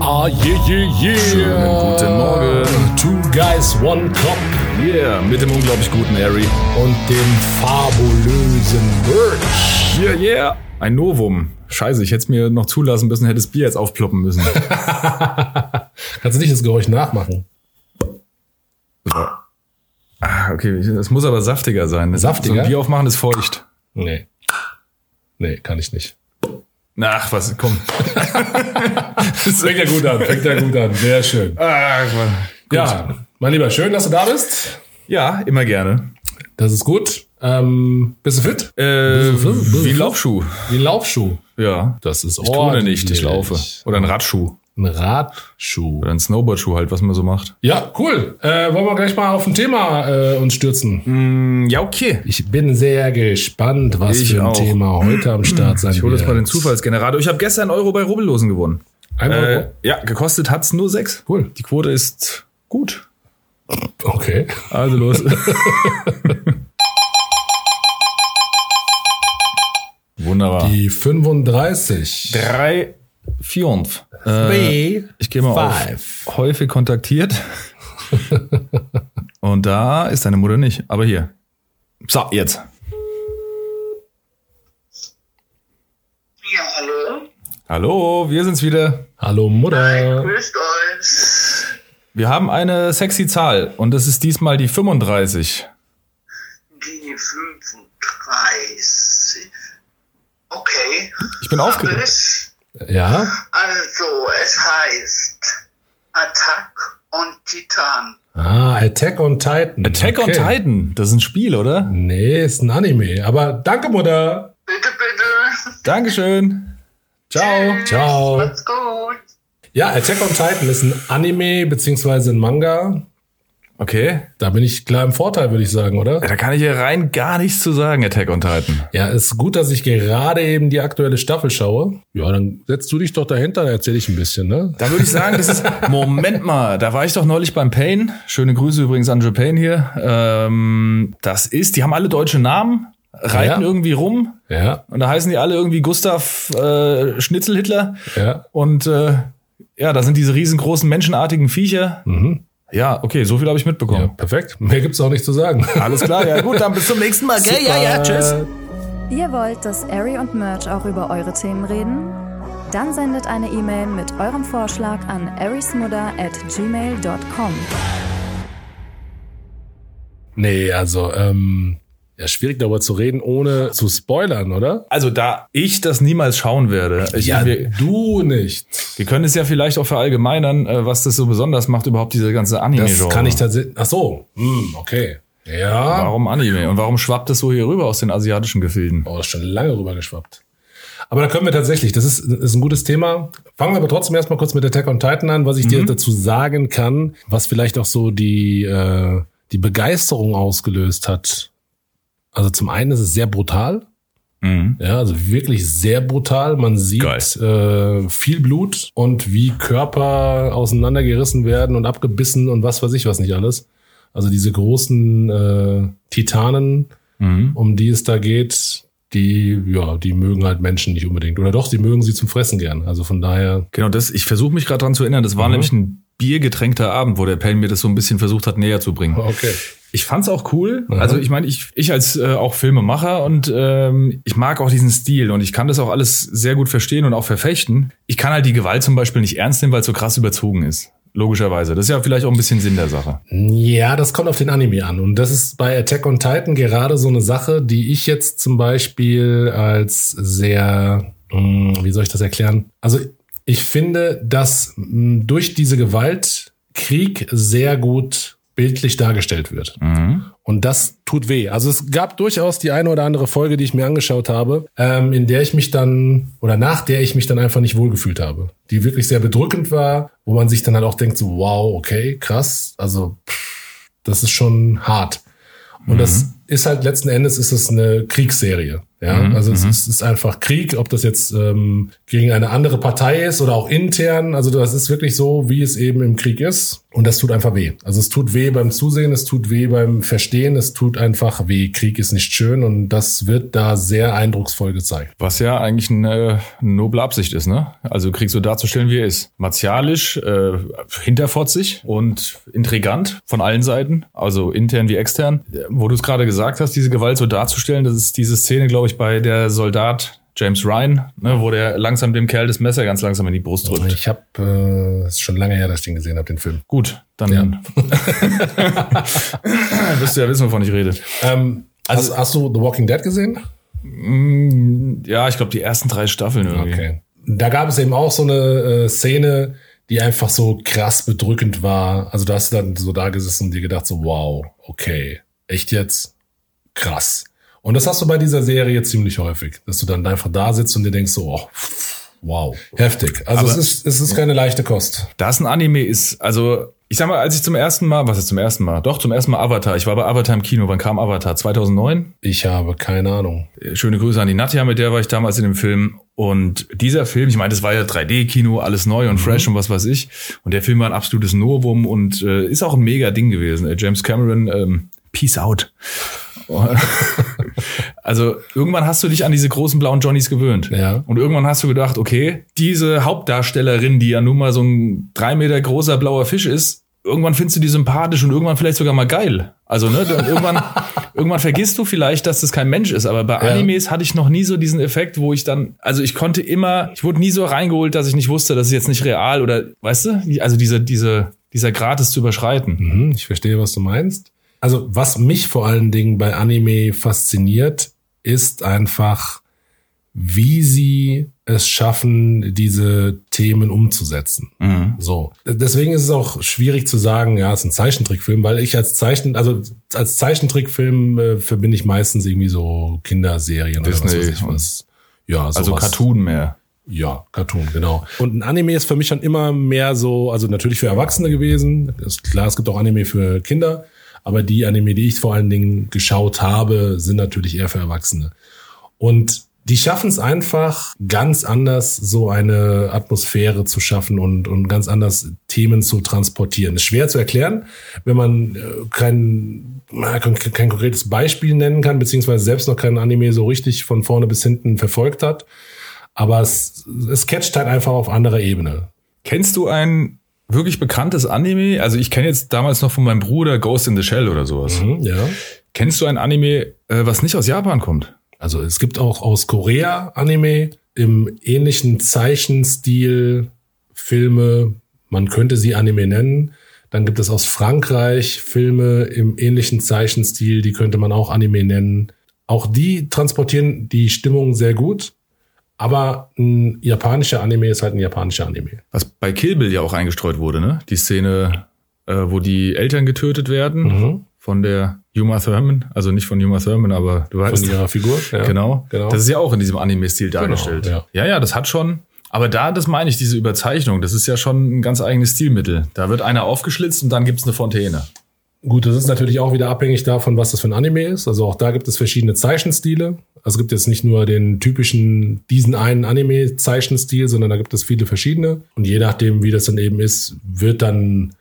Ah, yeah, yeah, yeah. Schönen guten Morgen. Two Guys, One Cup Yeah, mit dem unglaublich guten Harry. und dem fabulösen Birch. Yeah, yeah. Ein Novum. Scheiße, ich hätte es mir noch zulassen müssen, hätte das Bier jetzt aufploppen müssen. Kannst du nicht das Geräusch nachmachen? Ah, okay, es muss aber saftiger sein. Das- Saftiger? So ein Bier aufmachen ist feucht. Nee. Nee, kann ich nicht. Ach, was, komm. Fängt ja gut an, fängt ja gut an. Sehr schön. Ah, Ach, Mann. Ja, mein Lieber, schön, dass du da bist. ja, immer gerne. Das ist gut. Ähm, bist du fit? Äh, bisschen- wie Laufschuh. Wie ein Laufschuh. Ja. Das ist Ich turne nicht, ich laufe. Oder ein Radschuh. Ein Radschuh. Oder ein Snowboardschuh halt, was man so macht. Ja, cool. Äh, wollen wir gleich mal auf ein Thema äh, uns stürzen? Hm, Ja, okay. Ich bin sehr gespannt, was Ich für ein auch. Thema heute am Start sein Ich hole wird. jetzt mal den Zufallsgenerator. Ich habe gestern Euro bei Rubbellosen gewonnen. Ein Äh, Euro? ja, gekostet hat's nur sechs. Cool. Die Quote ist gut. Okay. Also los. Wunderbar. Die 35. drei, vier. Äh, ich gehe mal five. auf häufig kontaktiert. Und da ist deine Mutter nicht. Aber hier. So, jetzt. Ja, hallo. Hallo, wir sind's wieder. Hallo Hi, Mutter. grüßt euch. Wir haben eine sexy Zahl und das ist diesmal die 35. Die 35. Okay. Ich bin aufgeregt. Alles. Ja? Also, es heißt Attack und Titan. Ah, Attack on Titan. Attack on Titan, das ist ein Spiel, oder? Nee, ist ein Anime. Aber danke, Mutter. Bitte, bitte. Dankeschön. Ciao. Ciao. Macht's gut. Ja, Attack on Titan ist ein Anime beziehungsweise ein Manga. Okay, Da bin ich klar im Vorteil, würde ich sagen, oder? Ja, Da kann ich hier rein gar nichts zu sagen, Attack on Titan. Ja, ist gut, dass ich gerade eben die aktuelle Staffel schaue. Ja, dann setzt du dich doch dahinter, dann erzähle ich ein bisschen, ne? Da würde ich sagen, das ist. Moment mal, da war ich doch neulich beim Pain. Schöne Grüße übrigens an Joe Payne hier. Ähm, das ist, die haben alle deutsche Namen, reiten Ja. irgendwie rum Ja, und da heißen die alle irgendwie Gustav äh, Schnitzel Hitler. ja. Und äh, ja, da sind diese riesengroßen menschenartigen Viecher. Mhm. Ja, okay, so viel habe ich Ja, mitbekommen. perfekt. Mehr gibt's auch nicht zu sagen. Alles klar, ja gut, dann bis zum nächsten Mal. Gell? Ja, ja, tschüss. Ihr wollt, dass Ari und Merch auch über eure Themen reden? Dann sendet eine E-Mail mit eurem Vorschlag an arismutter at gmail.com. Nee, also, ähm, ja, schwierig darüber zu reden, ohne zu spoilern, oder? Also da ich das niemals schauen werde, ich, wir, du nicht. Wir können es ja vielleicht auch verallgemeinern, äh, was das so besonders macht, überhaupt diese ganze Anime-Genre. Das kann ich tatsächlich. Ach so, hm, okay. Ja. Warum Anime? Und warum schwappt es so hier rüber aus den asiatischen Gefilden? Oh, das ist schon lange rübergeschwappt. Aber da können wir tatsächlich, das ist, ist ein gutes Thema. Fangen wir aber trotzdem erstmal kurz mit Attack on Titan an, was ich dir dazu sagen kann, was vielleicht auch so die, äh, die Begeisterung ausgelöst hat. Also zum einen ist es sehr brutal. Ja, also wirklich sehr brutal. Man sieht Geil. äh, viel Blut und wie Körper auseinandergerissen werden und abgebissen und was weiß ich was nicht alles. Also diese großen äh, Titanen, Mhm. um die es da geht, die, ja, die mögen halt Menschen nicht unbedingt. Oder doch, sie mögen sie zum Fressen gern. Also von daher, Genau, das, ich versuche mich gerade dran zu erinnern, das war Mhm. nämlich ein biergetränkter Abend, wo der Pell mir das so ein bisschen versucht hat, näher zu bringen. okay. Ich fand's auch cool. Mhm. Also ich meine, ich, ich als äh, auch Filmemacher und ähm, ich mag auch diesen Stil und ich kann das auch alles sehr gut verstehen und auch verfechten. Ich kann halt die Gewalt zum Beispiel nicht ernst nehmen, weil es so krass überzogen ist. Logischerweise. Das ist ja vielleicht auch ein bisschen Sinn der Sache. Ja, das kommt auf den Anime an. Und das ist bei Attack on Titan gerade so eine Sache, die ich jetzt zum Beispiel als sehr, mh, wie soll ich das erklären? Also ich finde, dass mh, durch diese Gewalt Krieg sehr gut bildlich dargestellt wird. Mhm. Und das tut weh. Also es gab durchaus die eine oder andere Folge, die ich mir angeschaut habe, ähm, in der ich mich dann oder nach der ich mich dann einfach nicht wohlgefühlt habe. Die wirklich sehr bedrückend war, wo man sich dann halt auch denkt, so, wow, okay, krass. Also pff, das ist schon hart. Und das ist halt letzten Endes ist es eine Kriegsserie. Ja, also es ist, ist einfach Krieg, ob das jetzt ähm, gegen eine andere Partei ist oder auch intern. Also das ist wirklich so, wie es eben im Krieg ist. Und das tut einfach weh. Also es tut weh beim Zusehen, es tut weh beim Verstehen, es tut einfach weh. Krieg ist nicht schön und das wird da sehr eindrucksvoll gezeigt. Was ja eigentlich eine, eine noble Absicht ist, ne? Also Krieg so darzustellen, wie er ist. Martialisch, äh, hinterfotzig und intrigant von allen Seiten, also intern wie extern. Äh, Wo du es gerade gesagt hast, diese Gewalt so darzustellen, das ist diese Szene, glaube ich, bei der Soldat James Ryan, ne, wo der langsam dem Kerl das Messer ganz langsam in die Brust drückt. Ich habe, äh, es ist schon lange her, dass ich den gesehen habe, den Film. Gut, dann wirst du ja wissen, wovon ich rede. Ähm, also hast, hast du The Walking Dead gesehen? Mm, Ja, ich glaube, die ersten drei Staffeln irgendwie. Okay. Da gab es eben auch so eine äh, Szene, die einfach so krass bedrückend war. Also da hast du dann so da gesessen und dir gedacht so, wow, okay, echt jetzt? Krass. Und das hast du bei dieser Serie ziemlich häufig, dass du dann einfach da sitzt und dir denkst so, oh, wow, heftig. Also Aber- es ist, es ist keine leichte Kost. Da es ein Anime ist, also ich sag mal, als ich zum ersten Mal, was ist zum ersten Mal? Doch, zum ersten Mal Avatar. Ich war bei Avatar im Kino. Wann kam Avatar? 2009? Ich habe keine Ahnung. Äh, Schöne Grüße an die Nadja, mit der war ich damals in dem Film. Und dieser Film, ich meine, das war ja 3D-Kino, alles neu und fresh und was weiß ich. Und der Film war ein absolutes Novum und äh, ist auch ein mega Ding gewesen. Äh, James Cameron, ähm, Peace out. also irgendwann hast du dich an diese großen blauen Johnnies gewöhnt. Ja. Und irgendwann hast du gedacht, okay, diese Hauptdarstellerin, die ja nun mal so ein drei Meter großer blauer Fisch ist, irgendwann findest du die sympathisch und irgendwann vielleicht sogar mal geil. Also, ne, dann irgendwann, irgendwann vergisst du vielleicht, dass das kein Mensch ist. Aber bei Animes hatte ich noch nie so diesen Effekt, wo ich dann, also ich konnte immer, ich wurde nie so reingeholt, dass ich nicht wusste, das ist jetzt nicht real oder, weißt du, also diese, diese, dieser Grad ist zu überschreiten. Mhm, ich verstehe, was du meinst. Also, was mich vor allen Dingen bei Anime fasziniert, ist einfach, wie sie es schaffen, diese Themen umzusetzen. Mhm. So. Deswegen ist es auch schwierig zu sagen, ja, es ist ein Zeichentrickfilm, weil ich als Zeichen, also als Zeichentrickfilm äh, verbinde ich meistens irgendwie so Kinderserien Disney oder was weiß ich und- was. Ja, Also sowas. Cartoon mehr. Ja, Cartoon, genau. Und ein Anime ist für mich schon immer mehr so, also natürlich für Erwachsene gewesen. Ist klar, es gibt auch Anime für Kinder, aber die Anime, die ich vor allen Dingen geschaut habe, sind natürlich eher für Erwachsene. Und die schaffen es einfach, ganz anders so eine Atmosphäre zu schaffen und, und ganz anders Themen zu transportieren. Ist schwer zu erklären, wenn man äh, kein, na, kein, kein konkretes Beispiel nennen kann, beziehungsweise selbst noch kein Anime so richtig von vorne bis hinten verfolgt hat. Aber es, es catcht halt einfach auf anderer Ebene. Kennst du ein wirklich bekanntes Anime? Also ich kenne jetzt damals noch von meinem Bruder Ghost in the Shell oder sowas. Mhm, ja. Kennst du ein Anime, äh, was nicht aus Japan kommt? Also es gibt auch aus Korea Anime im ähnlichen Zeichenstil Filme, man könnte sie Anime nennen. Dann gibt es aus Frankreich Filme im ähnlichen Zeichenstil, die könnte man auch Anime nennen. Auch die transportieren die Stimmung sehr gut. Aber ein japanischer Anime ist halt ein japanischer Anime. Was bei Kill Bill ja auch eingestreut wurde, ne? Die Szene, äh, wo die Eltern getötet werden Mhm. von der Yuma Thurman. Also nicht von Yuma Thurman, aber du weißt. Von ihrer Figur. Ja. Genau. genau. Das ist ja auch in diesem Anime-Stil dargestellt. ja. ja, ja, das hat schon. Aber da, das meine ich, diese Überzeichnung, das ist ja schon ein ganz eigenes Stilmittel. Da wird einer aufgeschlitzt und dann gibt's eine Fontäne. Gut, das ist natürlich auch wieder abhängig davon, was das für ein Anime ist. Also auch da gibt es verschiedene Zeichenstile. Also es gibt jetzt nicht nur den typischen, diesen einen Anime-Zeichenstil, sondern da gibt es viele verschiedene. Und je nachdem, wie das dann eben ist, wird dann,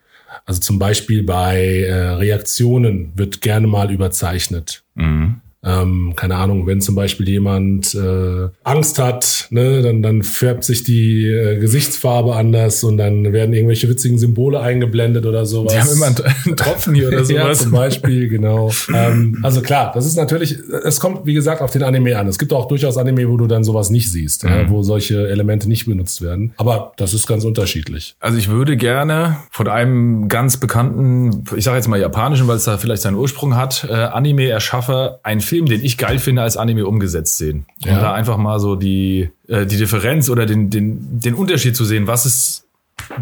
also zum Beispiel bei äh, Reaktionen wird gerne mal überzeichnet. Ähm, keine Ahnung, wenn zum Beispiel jemand äh, Angst hat, ne, dann, dann färbt sich die äh, Gesichtsfarbe anders und dann werden irgendwelche witzigen Symbole eingeblendet oder sowas. Die haben immer einen, einen Tropfen hier oder Ja, sowas. zum Beispiel, genau. ähm, also klar, das ist natürlich, es kommt, wie gesagt, auf den Anime an. Es gibt auch durchaus Anime, wo du dann sowas nicht siehst, Mhm. ja, wo solche Elemente nicht benutzt werden. Aber das ist ganz unterschiedlich. Also ich würde gerne von einem ganz bekannten, ich sage jetzt mal japanischen, weil es da vielleicht seinen Ursprung hat, äh, Anime-Erschaffer einen Film, den ich geil finde, als Anime umgesetzt sehen. Ja. Und da einfach mal so die, äh, die Differenz oder den, den, den Unterschied zu sehen, was ist,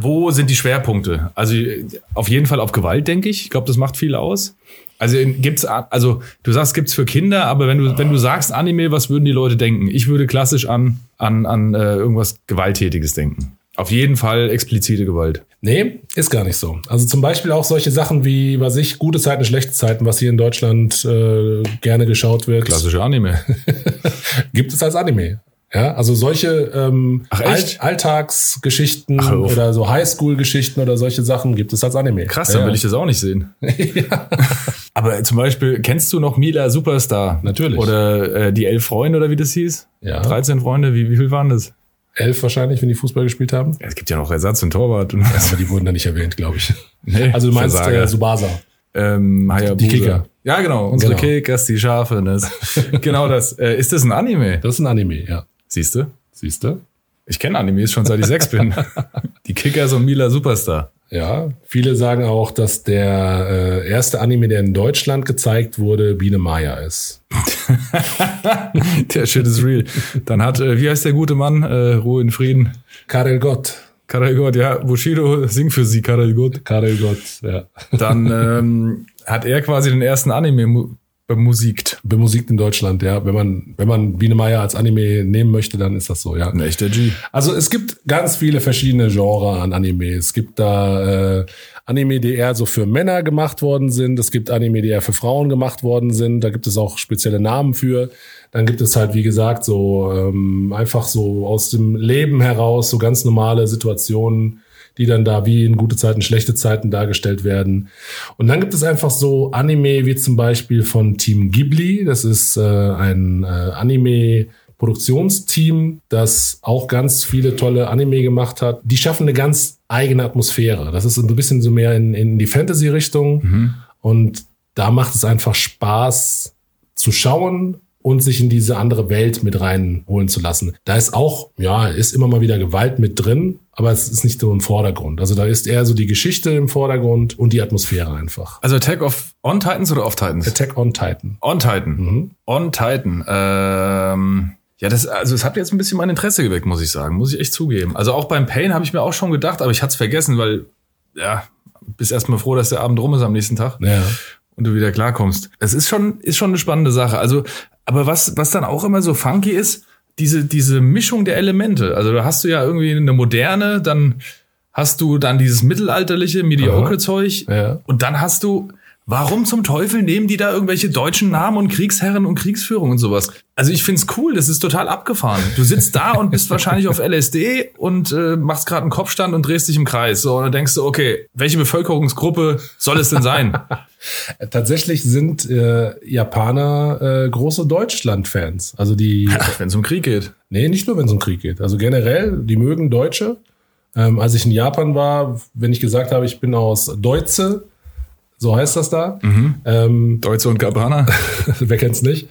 wo sind die Schwerpunkte? Also äh, auf jeden Fall auf Gewalt, denke ich. Ich glaube, das macht viel aus. Also in- gibt's a- also du sagst gibt's für Kinder, aber wenn du wenn du sagst Anime, was würden die Leute denken? Ich würde klassisch an an an äh, irgendwas gewalttätiges denken. Auf jeden Fall explizite Gewalt. Nee, ist gar nicht so. Also zum Beispiel auch solche Sachen wie, was ich, gute Zeiten, schlechte Zeiten, was hier in Deutschland äh, gerne geschaut wird. Klassische Anime. gibt es als Anime. Ja, also solche ähm, Ach, echt? All Alltagsgeschichten Ach, hör auf. oder so Highschool-Geschichten oder solche Sachen gibt es als Anime. Krass, dann ja, will ich das auch nicht sehen. Aber zum Beispiel, kennst du noch Mila Superstar? Natürlich. Oder äh, die Elf Freunde oder wie das hieß? Ja. 13 Freunde, wie, wie viel waren das? elf wahrscheinlich, wenn die Fußball gespielt haben. Ja, es gibt ja noch Ersatz und Torwart. Und Aber Also die wurden da nicht erwähnt, glaube ich. Nee, Also du meinst Versager. äh, Subasa. ähm, Hayabusa. die Kicker. Ja, genau. Unsere Genau. Kickers, die Schafe. Ne? genau das. Äh, ist das ein Anime? Das ist ein Anime, ja. Siehst du? Siehst du? Ich kenne Animes schon seit ich sechs bin. Die Kickers und Mila Superstar. Ja, viele sagen auch, dass der äh, erste Anime, der in Deutschland gezeigt wurde, Biene Maya ist. Der Shit ist real. Dann hat, äh, wie heißt der gute Mann? Äh, Ruhe in Frieden. Karel Gott. Karel Gott, ja, Bushido, sing für sie, Karel Gott. Karel Gott, ja. Dann ähm, hat er quasi den ersten Anime mu- bemusikt. Bemusikt in Deutschland, ja. Wenn man, wenn man Biene Maya als Anime nehmen möchte, dann ist das so, ja. Ein echter G. Also es gibt ganz viele verschiedene Genre an Anime. Es gibt da äh, Anime, die eher so für Männer gemacht worden sind. Es gibt Anime, die eher für Frauen gemacht worden sind. Da gibt es auch spezielle Namen für. Dann gibt es halt, wie gesagt, so ähm, einfach so aus dem Leben heraus so ganz normale Situationen, die dann da wie in gute Zeiten, schlechte Zeiten dargestellt werden. Und dann gibt es einfach so Anime wie zum Beispiel von Team Ghibli. Das ist äh, ein äh, Anime. Produktionsteam, das auch ganz viele tolle Anime gemacht hat. Die schaffen eine ganz eigene Atmosphäre. Das ist so ein bisschen so mehr in, in die Fantasy-Richtung. Und da macht es einfach Spaß zu schauen und sich in diese andere Welt mit reinholen zu lassen. Da ist auch, ja, ist immer mal wieder Gewalt mit drin, aber es ist nicht so im Vordergrund. Also da ist eher so die Geschichte im Vordergrund und die Atmosphäre einfach. Also Attack of On Titans oder Off Titans? Attack on Titan. On Titan. Mhm. On Titan. Ähm, ja, das, also es hat jetzt ein bisschen mein Interesse geweckt, muss ich sagen. Muss ich echt zugeben. Also auch beim Pain habe ich mir auch schon gedacht, aber ich hatte es vergessen, weil, ja, bist erstmal froh, dass der Abend rum ist am nächsten Tag Ja. und du wieder klarkommst. Es ist schon, ist schon eine spannende Sache. Also, aber was, was dann auch immer so funky ist, diese, diese Mischung der Elemente. Also da hast du ja irgendwie eine moderne, dann hast du dann dieses mittelalterliche, mediocre Aha. Zeug. Ja. Und dann hast du, warum zum Teufel nehmen die da irgendwelche deutschen Namen und Kriegsherren und Kriegsführung und sowas? Also ich find's cool, das ist total abgefahren. Du sitzt da und bist wahrscheinlich auf LSD und äh, machst gerade einen Kopfstand und drehst dich im Kreis. So, und dann denkst du, okay, welche Bevölkerungsgruppe soll es denn sein? Tatsächlich sind äh, Japaner äh, große Deutschland-Fans. Also die, Wenn es um Krieg geht. nee, nicht nur, wenn es um Krieg geht. Also generell, die mögen Deutsche. Ähm, als ich in Japan war, wenn ich gesagt habe, ich bin aus Deutze, so heißt das da, ähm, Deutsche und Gabbana. wer kennt's nicht,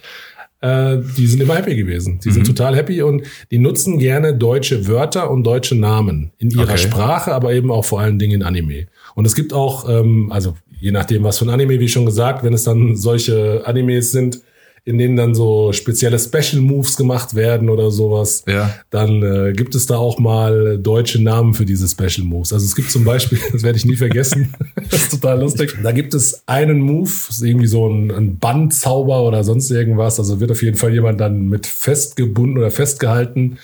äh, die sind immer happy gewesen. Die Mhm. sind total happy und die nutzen gerne deutsche Wörter und deutsche Namen in ihrer Okay. Sprache, aber eben auch vor allen Dingen in Anime. Und es gibt auch, ähm, also je nachdem, was für ein Anime, wie schon gesagt, wenn es dann solche Animes sind, in denen dann so spezielle Special Moves gemacht werden oder sowas, Ja. dann äh, gibt es da auch mal deutsche Namen für diese Special Moves. Also es gibt zum Beispiel, das werde ich nie vergessen, das ist total lustig. Da gibt es einen Move, ist irgendwie so ein, ein Bandzauber oder sonst irgendwas. Also wird auf jeden Fall jemand dann mit festgebunden oder festgehalten.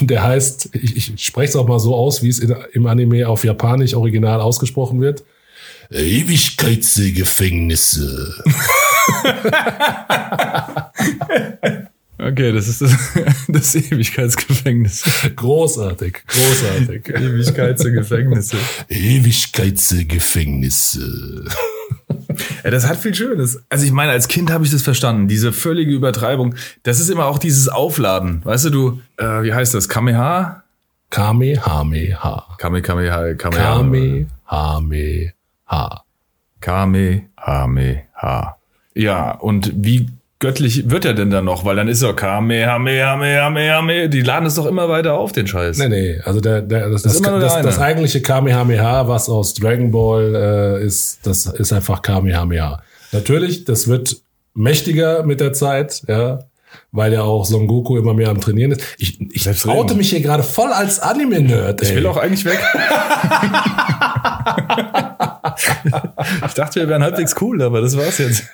Und der heißt, ich, ich spreche es auch mal so aus, wie es in, im Anime auf Japanisch original ausgesprochen wird. Ewigkeitsgefängnisse. Okay, das ist das, das Ewigkeitsgefängnis. Großartig, großartig. Ewigkeitsgefängnisse. Ewigkeitsgefängnisse. Ja, das hat viel Schönes. Also ich meine, als Kind habe ich das verstanden. Diese völlige Übertreibung. Das ist immer auch dieses Aufladen. Weißt du, du, äh, wie heißt das? Kameha? Kamehameha. Kame, Kameha, Kameha. Kamehameha. Kamehameha. Ja, und wie göttlich wird er denn dann noch? Weil dann ist er Kamehamehamehameha. Die laden es doch immer weiter auf, den Scheiß. Nee, nee, also der, der, das, Das das, ist immer nur der das, eine. das eigentliche Kamehameha, was aus Dragon Ball äh, ist, das ist einfach Kamehameha. Natürlich, das wird mächtiger mit der Zeit, ja, weil ja auch Son Goku immer mehr am Trainieren ist. Ich, ich Selbstredend. oute mich hier gerade voll als Anime-Nerd. Ich will auch eigentlich weg. ich dachte, wir wären halbwegs cool, aber das war's jetzt.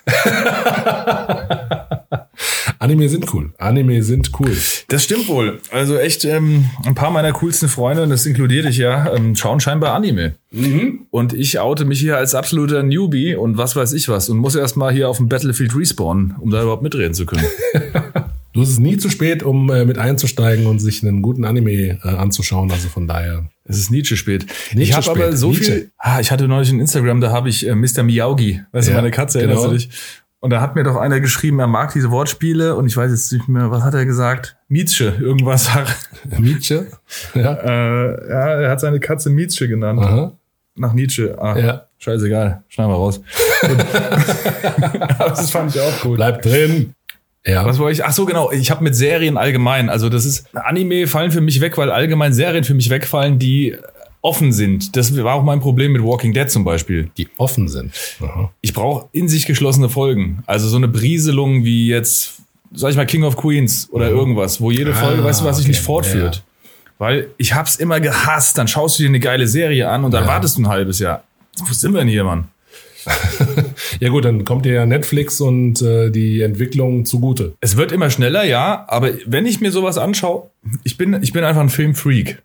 Anime sind cool. Anime sind cool. Das stimmt wohl. Also echt, ähm, ein paar meiner coolsten Freunde, und das inkludiert dich ja, ähm, schauen scheinbar Anime. Und ich oute mich hier als absoluter Newbie und was weiß ich was und muss erstmal hier auf dem Battlefield respawnen, um da überhaupt mitreden zu können. Du es ist nie zu spät, um äh, mit einzusteigen und sich einen guten Anime äh, anzuschauen. Also von daher. Es ist Nietzsche spät. Nietzsche ich habe spät. aber so Nietzsche. viel. Ah, ich hatte neulich in Instagram, da habe ich äh, Mr. Miyagi, weißt Ja, du, meine Katze, erinnerst genau. du dich? Und da hat mir doch einer geschrieben, er mag diese Wortspiele und ich weiß jetzt nicht mehr, was hat er gesagt? Nietzsche, irgendwas. Nietzsche. Ja. äh, ja, er hat seine Katze Nietzsche genannt. Aha. Nach Nietzsche. Ah, Ja. scheißegal. Schneiden wir raus. Aber das fand ich auch cool. Bleib drin. Ja. Was wollte ich? Ach so, genau. Ich habe mit Serien allgemein. Also das ist Anime fallen für mich weg, weil allgemein Serien für mich wegfallen, die offen sind. Das war auch mein Problem mit Walking Dead zum Beispiel. Die offen sind. Aha. Ich brauche in sich geschlossene Folgen. Also so eine Brieselung wie jetzt, sag ich mal, King of Queens oder irgendwas, wo jede Ah, Folge, weißt du, was sich okay. nicht fortführt. Weil ich hab's immer gehasst. Dann schaust du dir eine geile Serie an und dann Ja. wartest du ein halbes Jahr. Wo sind wir denn hier, Mann? Ja gut, dann kommt dir ja Netflix und äh, die Entwicklung zugute. Es wird immer schneller, ja, aber wenn ich mir sowas anschaue, ich bin, ich bin einfach ein Filmfreak.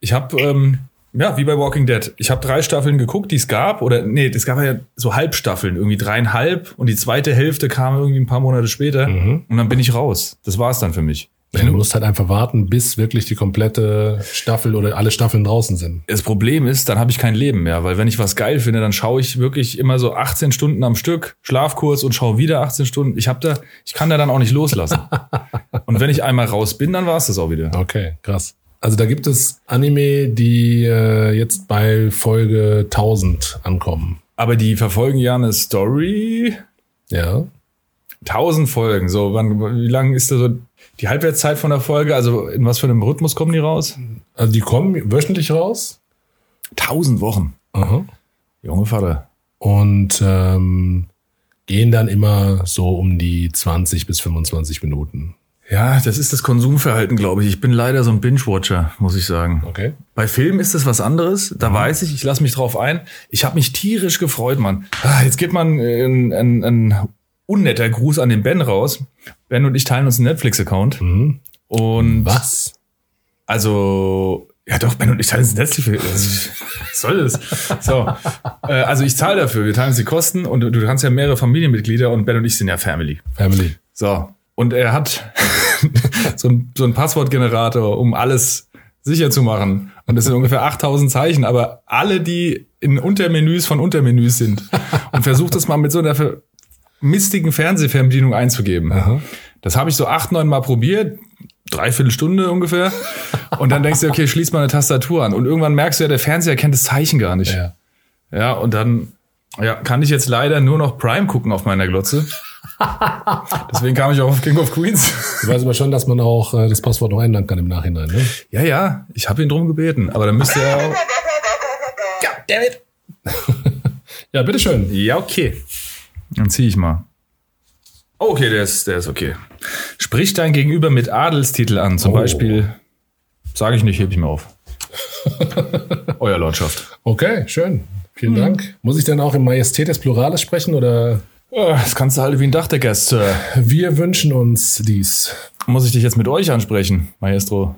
Ich habe, ähm, ja, wie bei Walking Dead, ich habe drei Staffeln geguckt, die es gab, oder nee, es gab ja so Halbstaffeln, irgendwie dreieinhalb und die zweite Hälfte kam irgendwie ein paar Monate später und dann bin ich raus. Das war's dann für mich. Ja, du musst halt einfach warten, bis wirklich die komplette Staffel oder alle Staffeln draußen sind. Das Problem ist, dann habe ich kein Leben mehr, weil wenn ich was geil finde, dann schaue ich wirklich immer so 18 Stunden am Stück, Schlafkurs und schaue wieder 18 Stunden. Ich habe da, ich kann da dann auch nicht loslassen. und wenn ich einmal raus bin, dann war's das auch wieder. Okay, krass. Also da gibt es Anime, die äh, jetzt bei Folge 1000 ankommen. Aber die verfolgen ja eine Story. Ja. 1000 Folgen. So, wann, wie lang ist da so die Halbwertszeit von der Folge? Also, in was für einem Rhythmus kommen die raus? Also die kommen wöchentlich raus. 1000 Wochen. Aha. Junge Vater. Und ähm, gehen dann immer so um die 20 bis 25 Minuten. Ja, das ist das Konsumverhalten, glaube ich. Ich bin leider so ein Binge-Watcher, muss ich sagen. Okay. Bei Filmen ist das was anderes. Da weiß ich, ich lasse mich drauf ein. Ich habe mich tierisch gefreut, Mann. Ah, Jetzt gibt man äh, ein, ein, ein unnetter Gruß an den Ben raus. Ben und ich teilen uns einen Netflix-Account. Mhm. Und Was? Also, ja doch, Ben und ich teilen uns letztlich für. Also, Was soll das? So. Äh, also ich zahle dafür, wir teilen uns die Kosten und du, du kannst ja mehrere Familienmitglieder und Ben und ich sind ja Family. Family. So. Und er hat so ein, so ein Passwortgenerator, um alles sicher zu machen. Und das sind ungefähr 8000 Zeichen, aber alle, die in Untermenüs von Untermenüs sind. Und versucht das mal mit so einer ver- mistigen Fernsehfernbedienung einzugeben. Das habe ich so acht, neun Mal probiert. Dreiviertel Stunde ungefähr. Und dann denkst du, okay, schließ mal eine Tastatur an. Und irgendwann merkst du ja, der Fernseher kennt das Zeichen gar nicht. Ja. Ja, und dann ja, kann ich jetzt leider nur noch Prime gucken auf meiner Glotze. Deswegen kam ich auch auf King of Queens. Ich weiß aber schon, dass man auch äh, das Passwort noch ändern kann im Nachhinein. Ne? Ja, ja, ich habe ihn drum gebeten, aber dann müsste er auch. Ja, bitteschön. Ja, okay. Dann zieh ich mal. Oh, Okay, der ist, der ist okay. Sprich dein Gegenüber mit Adelstitel an, zum Oh. Beispiel. Sage ich nicht, heb ich mir auf. Euer Lordschaft. Okay, schön. Vielen Dank. Muss ich dann auch im Majestät des Plurales sprechen oder Äh, Das kannst du halt wie ein Dachdecker, Sir. wir wünschen uns dies? Muss ich dich jetzt mit euch ansprechen, Maestro?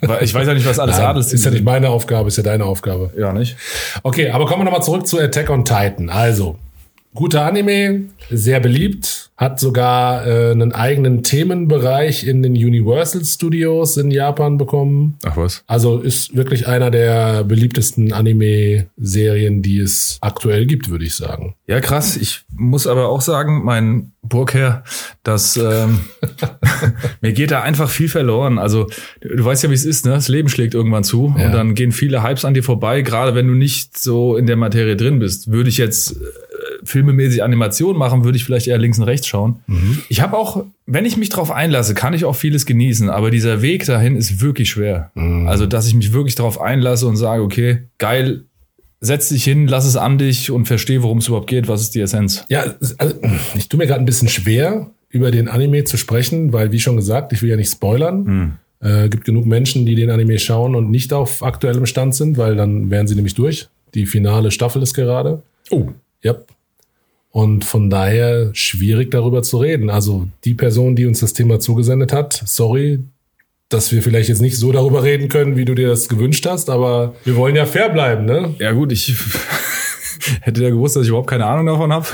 Weil Ich weiß ja nicht, was alles Nein, Adelstitel ist ja nicht meine Aufgabe, ist ja deine Aufgabe. Ja, nicht? Okay, aber kommen wir nochmal zurück zu Attack on Titan. Also, guter Anime, sehr beliebt, hat sogar äh, einen eigenen Themenbereich in den Universal Studios in Japan bekommen. Ach was. Also ist wirklich einer der beliebtesten Anime-Serien, die es aktuell gibt, würde ich sagen. Ja, krass. Ich muss aber auch sagen, mein Burgherr, dass ähm, mir geht da einfach viel verloren. Also du du weißt ja, wie es ist, ne? Das Leben schlägt irgendwann zu Ja. und dann gehen viele Hypes an dir vorbei, gerade wenn du nicht so in der Materie drin bist. Würde ich jetzt äh, filmemäßig Animation machen, würde ich vielleicht eher links und rechts schauen. Ich habe auch, wenn ich mich drauf einlasse, kann ich auch vieles genießen, aber dieser Weg dahin ist wirklich schwer. Also, dass ich mich wirklich drauf einlasse und sage, okay, geil, setz dich hin, lass es an dich und verstehe, worum es überhaupt geht, was ist die Essenz. Ja, es- also, ich tue mir gerade ein bisschen schwer, über den Anime zu sprechen, weil, wie schon gesagt, ich will ja nicht spoilern. Äh, gibt genug Menschen, die den Anime schauen und nicht auf aktuellem Stand sind, weil dann wären sie nämlich durch. Die finale Staffel ist gerade. Oh. Yep. Und von daher schwierig darüber zu reden. Also die Person, die uns das Thema zugesendet hat, sorry, dass wir vielleicht jetzt nicht so darüber reden können, wie du dir das gewünscht hast, aber wir wollen ja fair bleiben, ne? Ja gut, ich hätte ja gewusst, dass ich überhaupt keine Ahnung davon habe.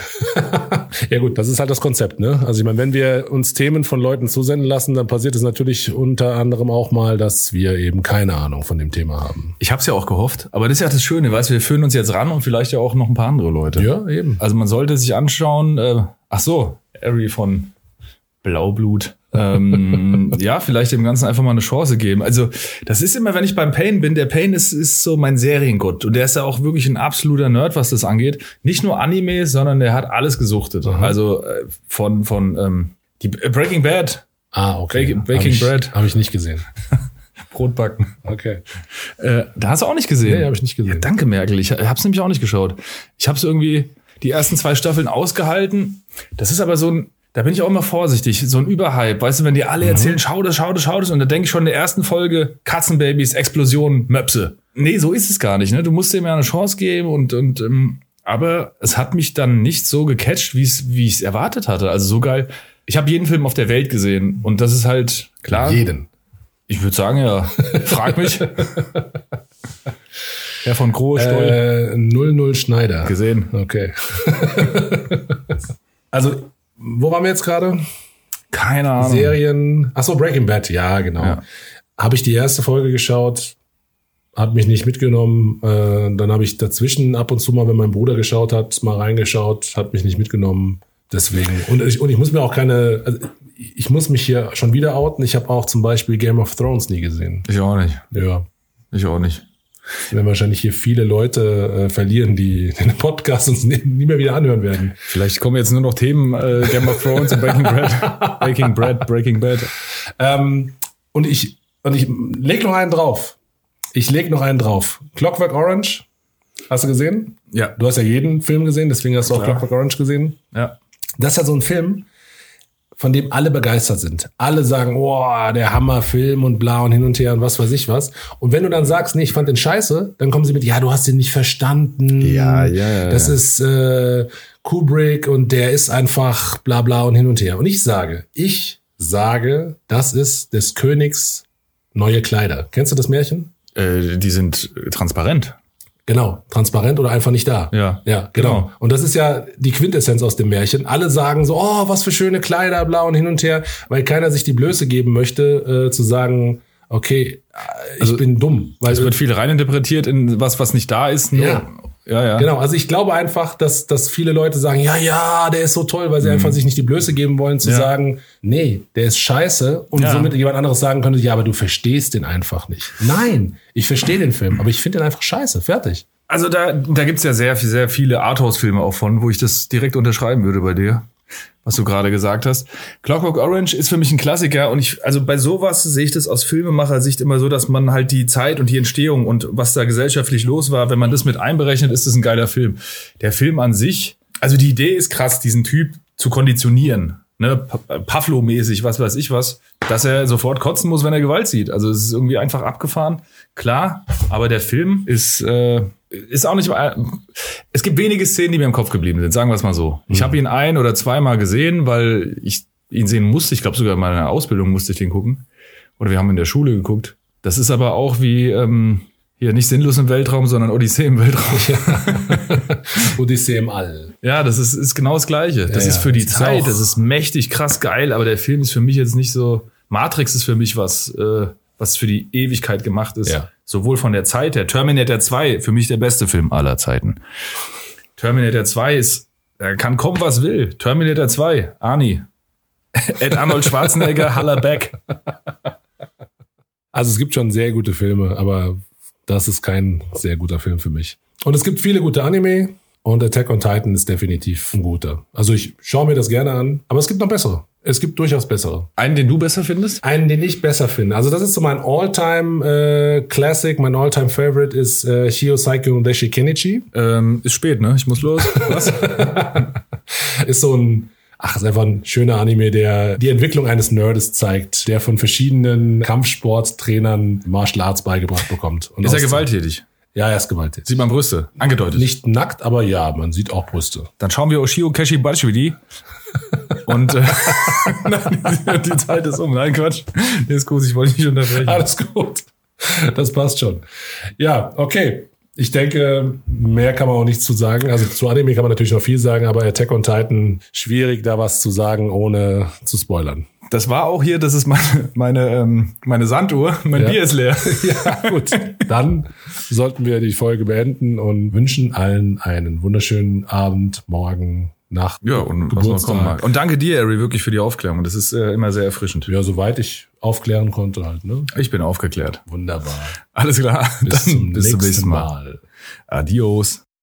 Ja gut, das ist halt das Konzept, ne? Also ich meine, wenn wir uns Themen von Leuten zusenden lassen, dann passiert es natürlich unter anderem auch mal, dass wir eben keine Ahnung von dem Thema haben. Ich habe es ja auch gehofft, aber das ist ja das Schöne, weißt du, wir führen uns jetzt ran und vielleicht ja auch noch ein paar andere Leute. Ja, eben. Also man sollte sich anschauen, äh, ach so, Harry von Blaublut. ähm, ja, vielleicht dem Ganzen einfach mal eine Chance geben. Also, das ist immer, wenn ich beim Pain bin, der Pain ist, ist so mein Seriengott. Und der ist ja auch wirklich ein absoluter Nerd, was das angeht. Nicht nur Anime, sondern der hat alles gesuchtet. Also äh, von, von ähm, die äh, Breaking Bad, Ah, okay. Baking- Baking Hab ich, Bread. Habe ich nicht gesehen. Brotbacken. Okay. Äh, da hast du auch nicht gesehen. Nee, hab ich nicht gesehen. Ja, danke, Merkel. Ich hab's nämlich auch nicht geschaut. Ich hab's irgendwie die ersten zwei Staffeln ausgehalten. Das ist aber so ein, da bin ich auch immer vorsichtig, so ein Überhype. Weißt du, wenn dir alle Mhm. erzählen, schau das, schau das, schau das, und dann denke ich schon in der ersten Folge, Katzenbabys, Explosionen, Möpse. Nee, so ist es gar nicht, ne? Du musst dem ja eine Chance geben und, und, ähm, aber es hat mich dann nicht so gecatcht, wie es, wie ich es erwartet hatte. Also so geil. Ich habe jeden Film auf der Welt gesehen und das ist halt klar. Jeden. Ich würde sagen, ja. Frag mich. Herr von Grohe, Stoll. Äh, 00 Schneider. Äh, gesehen. Okay. also, wo waren wir jetzt gerade? Keine Ahnung. Serien. Ach so, Breaking Bad, ja, genau. Ja. Habe ich die erste Folge geschaut, hat mich nicht mitgenommen. Äh, dann habe ich dazwischen ab und zu mal, wenn mein Bruder geschaut hat, mal reingeschaut, hat mich nicht mitgenommen. Deswegen. Und ich, und ich muss mir auch keine. Also ich muss mich hier schon wieder outen. Ich habe auch zum Beispiel Game of Thrones nie gesehen. Ich auch nicht. Ja. Ich auch nicht. Wenn wahrscheinlich hier viele Leute äh, verlieren, die den Podcast uns nie, nie mehr wieder anhören werden. Vielleicht kommen jetzt nur noch Themen äh, Game of Thrones und Breaking Bread. Breaking Bread, Breaking Bad. Ähm, und ich, und ich leg noch einen drauf. Ich leg noch einen drauf. Clockwork Orange. Hast du gesehen? Ja. Du hast ja jeden Film gesehen, deswegen hast du auch Klar. Clockwork Orange gesehen. Ja. Das ist ja so ein Film, von dem alle begeistert sind. Alle sagen, oh, der Hammerfilm und bla und hin und her und was weiß ich was. Und wenn du dann sagst, nee, ich fand den scheiße, dann kommen sie mit, ja, du hast den nicht verstanden. Ja, ja, ja, Das ja. ist äh, Kubrick und der ist einfach bla bla und hin und her. Und ich sage, ich sage, das ist des Königs neue Kleider. Kennst du das Märchen? Äh, die sind transparent. Genau, transparent oder einfach nicht da. Ja. Ja, genau. Genau. Und das ist ja die Quintessenz aus dem Märchen. Alle sagen so, oh, was für schöne Kleider, bla und hin und her, weil keiner sich die Blöße geben möchte, äh, zu sagen, okay, äh, ich Also bin dumm. Weil, Es wird viel reininterpretiert in was, was nicht da ist. Nur, Ja. Ja, ja. Genau, also ich glaube einfach, dass, dass viele Leute sagen, ja, ja, der ist so toll, weil sie einfach sich nicht die Blöße geben wollen, zu Mhm. Ja. sagen, nee, der ist scheiße und Ja. somit jemand anderes sagen könnte, ja, aber du verstehst den einfach nicht. Nein, ich verstehe den Film, aber ich finde den einfach scheiße. Fertig. Also da, da gibt's ja sehr, viel- sehr viele Arthouse-Filme auch von, wo ich das direkt unterschreiben würde bei dir, was du gerade gesagt hast. Clockwork Orange ist für mich ein Klassiker und ich, also bei sowas sehe ich das aus Filmemacher-Sicht immer so, dass man halt die Zeit und die Entstehung und was da gesellschaftlich los war, wenn man das mit einberechnet, ist das ein geiler Film. Der Film an sich, also die Idee ist krass, diesen Typ zu konditionieren. Ne, Pa- Pavlo-mäßig, was weiß ich was, dass er sofort kotzen muss, wenn er Gewalt sieht. Also es ist irgendwie einfach abgefahren, klar, aber der Film ist, äh, ist auch nicht. äh, Es gibt wenige Szenen, die mir im Kopf geblieben sind, sagen wir es mal so. Ich habe ihn ein oder zweimal gesehen, weil ich ihn sehen musste. Ich glaube, sogar in meiner Ausbildung musste ich den gucken. Oder wir haben in der Schule geguckt. Das ist aber auch wie ähm, hier nicht sinnlos im Weltraum, sondern Odyssee im Weltraum. Odyssee im All. Ja, das ist, ist genau das Gleiche. Das Ja, ist ja. für die Das ist Zeit, auch- das ist mächtig, krass geil, aber der Film ist für mich jetzt nicht so. Matrix ist für mich was, äh, was für die Ewigkeit gemacht ist. Ja. Sowohl von der Zeit her. Terminator 2, für mich der beste Film aller Zeiten. Terminator 2 ist, da kann kommen, was will. Terminator 2, Arnie. Ed Arnold Schwarzenegger, Haller Beck. Also es gibt schon sehr gute Filme, aber das ist kein sehr guter Film für mich. Und es gibt viele gute Anime und Attack on Titan ist definitiv ein guter. Also ich schaue mir das gerne an, aber es gibt noch bessere. Es gibt durchaus bessere. Einen, den du besser findest? Einen, den ich besser finde. Also das ist so mein All-Time äh, Classic, mein All-Time Favorite ist äh, Shio Saikyo Deshi Kenichi. Ähm, ist spät, ne? Ich muss los. Was? ist so ein Ach, ist einfach ein schöner Anime, der die Entwicklung eines Nerdes zeigt, der von verschiedenen Kampfsporttrainern Martial Arts beigebracht bekommt. Und ist er aus- gewalttätig? Ja, er ist gewalttätig. Sieht man Brüste. Angedeutet. Nicht nackt, aber ja, man sieht auch Brüste. Dann schauen wir Oshio Keshi Bashvili. Und äh, nein, die, die Zeit ist um. Nein, Quatsch. Nee, ist gut, ich wollte nicht unterbrechen. Alles gut. Das passt schon. Ja, okay. Ich denke, mehr kann man auch nicht zu sagen. Also zu Anime kann man natürlich noch viel sagen, aber Attack on Titan, schwierig da was zu sagen, ohne zu spoilern. Das war auch hier, das ist meine, meine, ähm, meine Sanduhr. Mein Ja. Bier ist leer. Ja, gut. Dann sollten wir die Folge beenden und wünschen allen einen wunderschönen Abend, morgen, Nacht. Ja, und was noch Geburtstag. kommen mag. Und danke dir, Harry, wirklich für die Aufklärung. Das ist äh, immer sehr erfrischend. Ja, soweit ich aufklären konnte halt, ne? Ich bin aufgeklärt. Wunderbar. Alles klar. Bis, zum, nächsten Mal. Adios.